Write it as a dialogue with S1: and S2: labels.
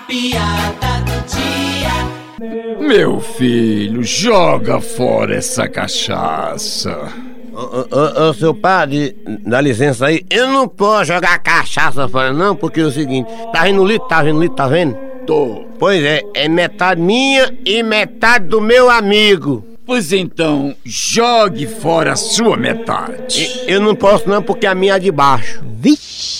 S1: piada do dia.
S2: Meu filho, joga fora essa cachaça.
S3: Ô, ô, ô, ô, seu padre, dá licença aí. Eu não posso jogar cachaça fora, não, porque é o seguinte: tá vendo o litro, tá vendo o litro, tá vendo?
S2: Tô.
S3: Pois é, é metade minha e metade do meu amigo.
S2: Pois então, jogue fora a sua metade.
S3: E- eu não posso, não, porque a minha é de baixo.
S4: Vixe!